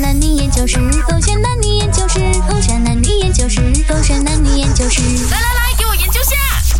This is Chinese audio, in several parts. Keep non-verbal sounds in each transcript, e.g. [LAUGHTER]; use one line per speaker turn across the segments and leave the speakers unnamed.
男女研究室，狗血男女研究室，狗血男女研究室，狗血男女研究室。
来来来，给我研究下。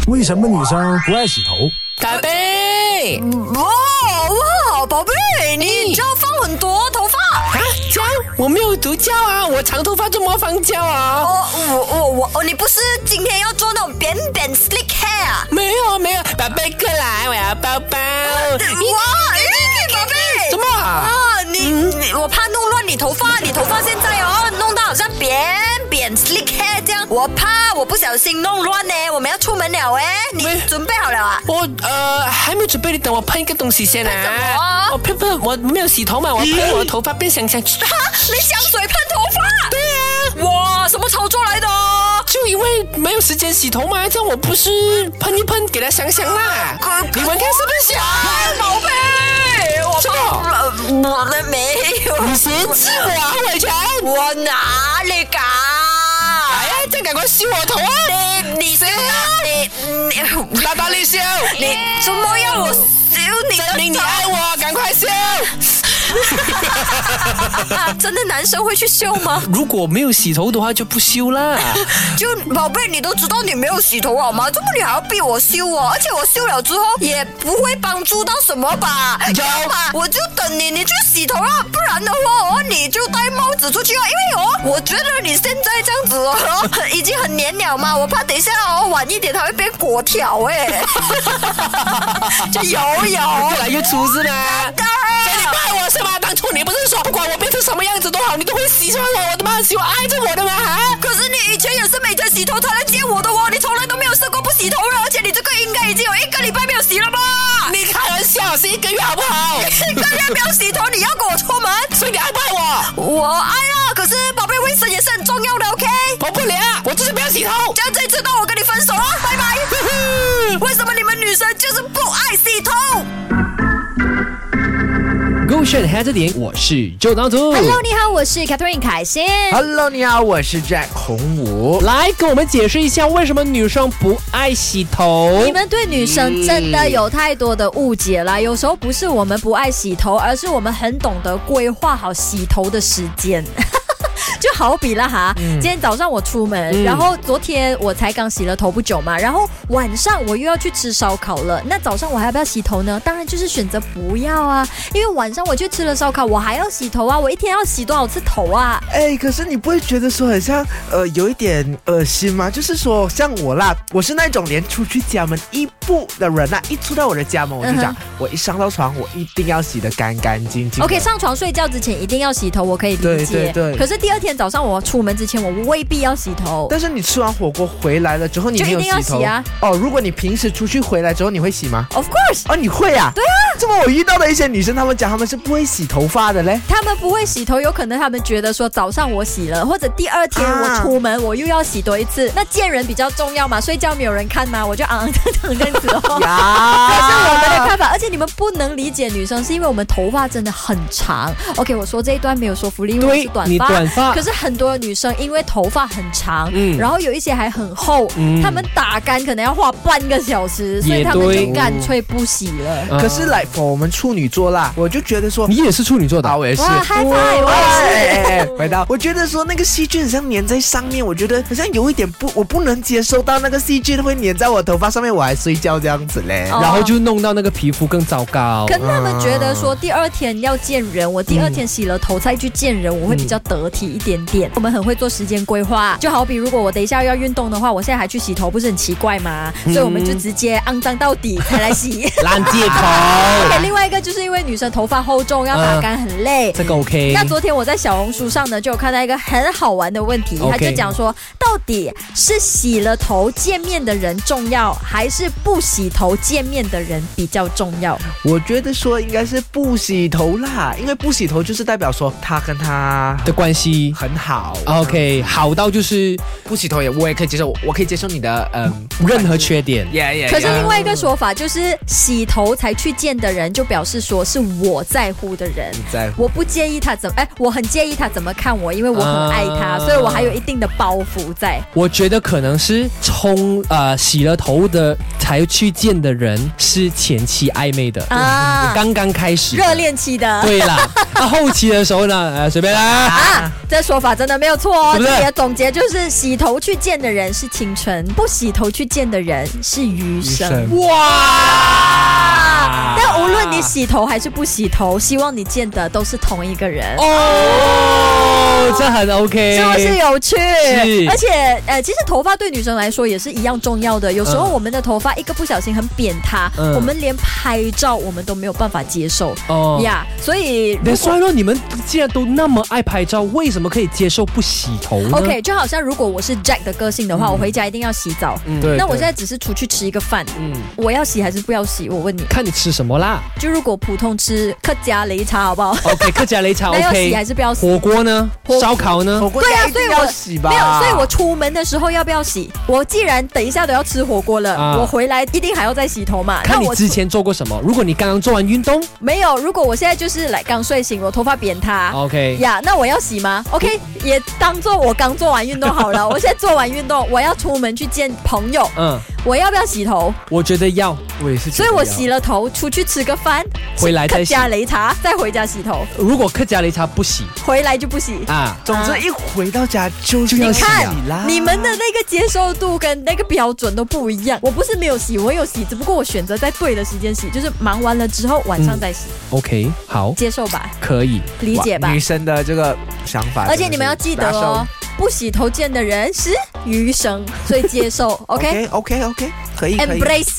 为什么女生不爱洗头？
干杯！啊
哇哇，宝贝，你这放很多头发。
啊，胶？我没有涂胶啊，我长头发做魔方胶啊。
哦，我我我哦，你不是今天要做那种扁扁 slick hair 啊？
没有没有，宝贝过来，我要抱抱。
哇，咦，宝贝，
什么啊
啊，你你，我怕弄乱你头发，你头发现在哦，弄到好像扁扁 slick hair 这样，我怕我不小心弄乱呢。我们要出门了哎，
没
你准备好了啊？
我呃还没有准备，你等我喷一个东西先
什么
啊
啊。
我喷喷，我没有洗头嘛，我喷我的头发变香香。
哈，啊你香水喷头发？对啊。哇，什么操作来的？
[LAUGHS] 就因为没有时间洗头嘛，这样我不是喷一喷给它香香啦
可。
你闻看是不是香？
哎宝贝，我
什么
不，我们没有。
你嫌弃我啊，伟全？
我哪里敢？
哎呀，这样赶快洗我头啊！
你你谁你你
大大力笑，
你怎么要我修你的
证明你爱我，赶快笑。
啊？真的男生会去修吗？
如果没有洗头的话，就不修
[LAUGHS]
啦。
就宝贝，你都知道你没有洗头好吗？怎么你还要逼我修哦？而且我修了之后也不会帮助到什么吧？
有
要嘛我就等你，你去洗头啊，不然的话哦，你就戴帽子出去啊，因为哦，我觉得你现在这样子哦， [LAUGHS] 已经很黏了嘛，我怕等一下哦晚一点它会变果条哎、
[LAUGHS]
就有 [LAUGHS] 有
越来越粗是吗？
当
所以你不爱我是吗？当初你不是说不管我变成什么样子都好，你都会喜欢我，我的妈，喜欢爱着我的吗？啊
可是你以前也是每天洗头才来见我的哦，你从来都没有试过不洗头了，而且你这个应该已经有一个礼拜没有洗了吧？
你开玩笑，是一个月好不好？
你刚才没有洗头，你要跟我出门？
所以你爱不爱我？
我爱了，可是宝贝卫生也是很重要的，OK？
我不理啊，我就是不要洗头
这。样这一次到我跟你分手啊，拜拜！为什么你们女生就是不爱洗头
Go s h i t 黑着点，我是周当
哦
主。
Hello，你好，我是 Catherine 凯欣。
Hello，你好，我是 Jack 洪武。
来跟我们解释一下为什么女生不爱洗头？
哦
你们对女生真的有太多的误解啦，有时候不是我们不爱洗头，而是我们很懂得规划好洗头的时间。 [LAUGHS] 就好比啦哈，
嗯
今天早上我出门，然后昨天我才刚洗了头不久嘛，然后晚上我又要去吃烧烤了。那早上我还要不要洗头呢？当然就是选择不要啊，因为晚上我去吃了烧烤，我还要洗头啊，我一天要洗多少次头啊？
哎，可是你不会觉得说很像呃有一点恶心吗？就是说像我啦，我是那种连出去家门一步的人呐、一出到我的家门我就
嗯
讲，我一上到床我一定要洗得干干净净的。
OK，上床睡觉之前一定要洗头，我可以理解。
嗯对对对
可是第二天早上我出门之前，我未必要洗头。
但是你吃完火锅回来了之后，你
就
没
一
有
定要
洗头
洗啊
哦，如果你平时出去回来之后，你会洗吗？
Of course，
哦，你会啊？对啊。这么我遇到的一些女生，她们讲她们是不会洗头发的
[LAUGHS]
嘞。
他们不会洗头，有可能他们觉得说早上我洗了，或者第二天我
啊
出门、我又要洗多一次。那见人比较重要嘛，睡觉没有人看嘛，我就昂昂腾腾 [LAUGHS] 这样子
[LAUGHS]
哦。
呀，
这是我们的看法，而且你们不能理解女生，是因为我们头发真的很长。OK，我说这一段没有说服力，因为我是短
你
发。
短发
可是很多女生因为头发很长，
嗯
然后有一些还很厚，她们打干可能要花半个小时，所以
也
她们
对
就干脆不洗了。
啊
可是来 for 我们处女座啦，我就觉得说
你也是处女座的
啊，，我也是。
哇，嗨嗨，
哦
我也是。
哎，回到我觉得说那个细菌很像粘在上面，我觉得好像有一点不，我不能接受到那个细菌会粘在我头发上面，我还睡觉这样子嘞。
哦
然后就弄到那个皮肤更糟糕。
跟他们觉得说第二天要见人，我第二天洗了头再去见人，我会比较得体一点点。我们很会做时间规划，就好比如果我等一下要运动的话，我现在还去洗头，不是很奇怪吗？所以我们就直接肮脏到底才来洗。 [LAUGHS]
烂借口，
对，另外一个就是因为女生头发厚重，要打干很
[LAUGHS]
累。
这个 OK
那。昨天我在小红书上呢，就有看到一个很好玩的问题，
OK
他就讲说，到底是洗了头见面的人重要，还是不洗头见面的人比较重要？
我觉得说应该是不洗头啦，因为不洗头就是代表说他跟他
的关系 OK
很好。
OK，好到就是
哦不洗头也我也可以接受，我可以接受你的嗯，
任何缺点。
耶耶。
可是另外一个说法就是，洗头才去见的人，就表示说是我在乎的人。
在乎
我不介意他怎么，哎，我很介意他怎么看我，因为我很爱他，
啊
所以我还有一定的包袱在。
我觉得可能是冲呃洗了头的才去见的人是前期暧昧的，
啊
刚嗯刚开始
热。恋期的
[LAUGHS] 对啦，那后期的时候呢，呃，随便啦。
啊，这说法真的没有错哦。
是
这
不是
里的总结就是：洗头去见的人是清纯，不洗头去见的人是余生。
哇！
但无论你洗头还是不洗头，希望你见的都是同一个人。
哦，这很 OK，
是不是有趣？
是
而且呃，其实头发对女生来说也是一样重要的。有时候
嗯
我们的头发一个不小心很扁塌，
嗯
我们连拍照我们都没有办法接受
哦
呀。所以如
那
果
衰落，你们既然都那么爱拍照，为什么可以接受不洗头呢
OK，就好像如果我是 Jack 的个性的话，我回家一定要洗澡。
嗯对
那我
对嗯
现在只是出去吃一个饭，我要洗还是不要洗？我问你，
看你吃什么啦。
就如果普通吃客家擂茶好不好？
OK，客家擂茶
[LAUGHS] 那要洗
OK，
还是不要洗？
火锅呢？
火
烧烤呢？
火锅
对啊
一
所
定
以
要
我
洗吧。
没
啊
有，所以我出门的时候要不要洗？我既然等一下都要吃火锅了，
啊
我回来一定还要再洗头嘛。
看
那
你
我
之前做过什么。如果你刚刚做完运动
没有，如果我现在就是来刚睡醒，我头发扁塌。
，OK，
呀那我要洗吗？OK，也当做我刚做完运动好
[LAUGHS]
了。我现在做完运动，我要出门去见朋友，
嗯，
我要不要洗头？
我觉得要，我也是。
所以我洗。了头，出去吃个饭，
回来再
客
洗
家擂茶，再回家洗头，
如果客家擂茶不洗
回来就不洗。
啊，
总之一回到家就
就要
是
洗
看
啊
啦
你们的那个接受度跟那个标准都不一样。我不是没有洗，我有洗，只不过我选择在对的时间洗，就是忙完了之后晚上再
嗯
洗，
OK，好，
接受吧，
可以。
理解吧
女。生啊的这个想法，
而且你们要记得哦，不洗头见的人是余
[LAUGHS]
生，所以接受，OK。
OK OK OK，可以哦可以。
Embrace，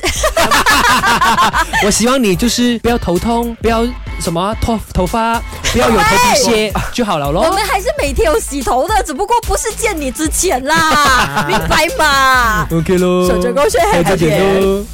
我希望你就是不要头痛，不要什么啊脱头发，不要有头皮屑
哎
就好了
我
咯
们。还是每天有洗头的，只不过不是见你之前啦，明白吗？
OK 咯
手指勾选哎
到这点
海
咯。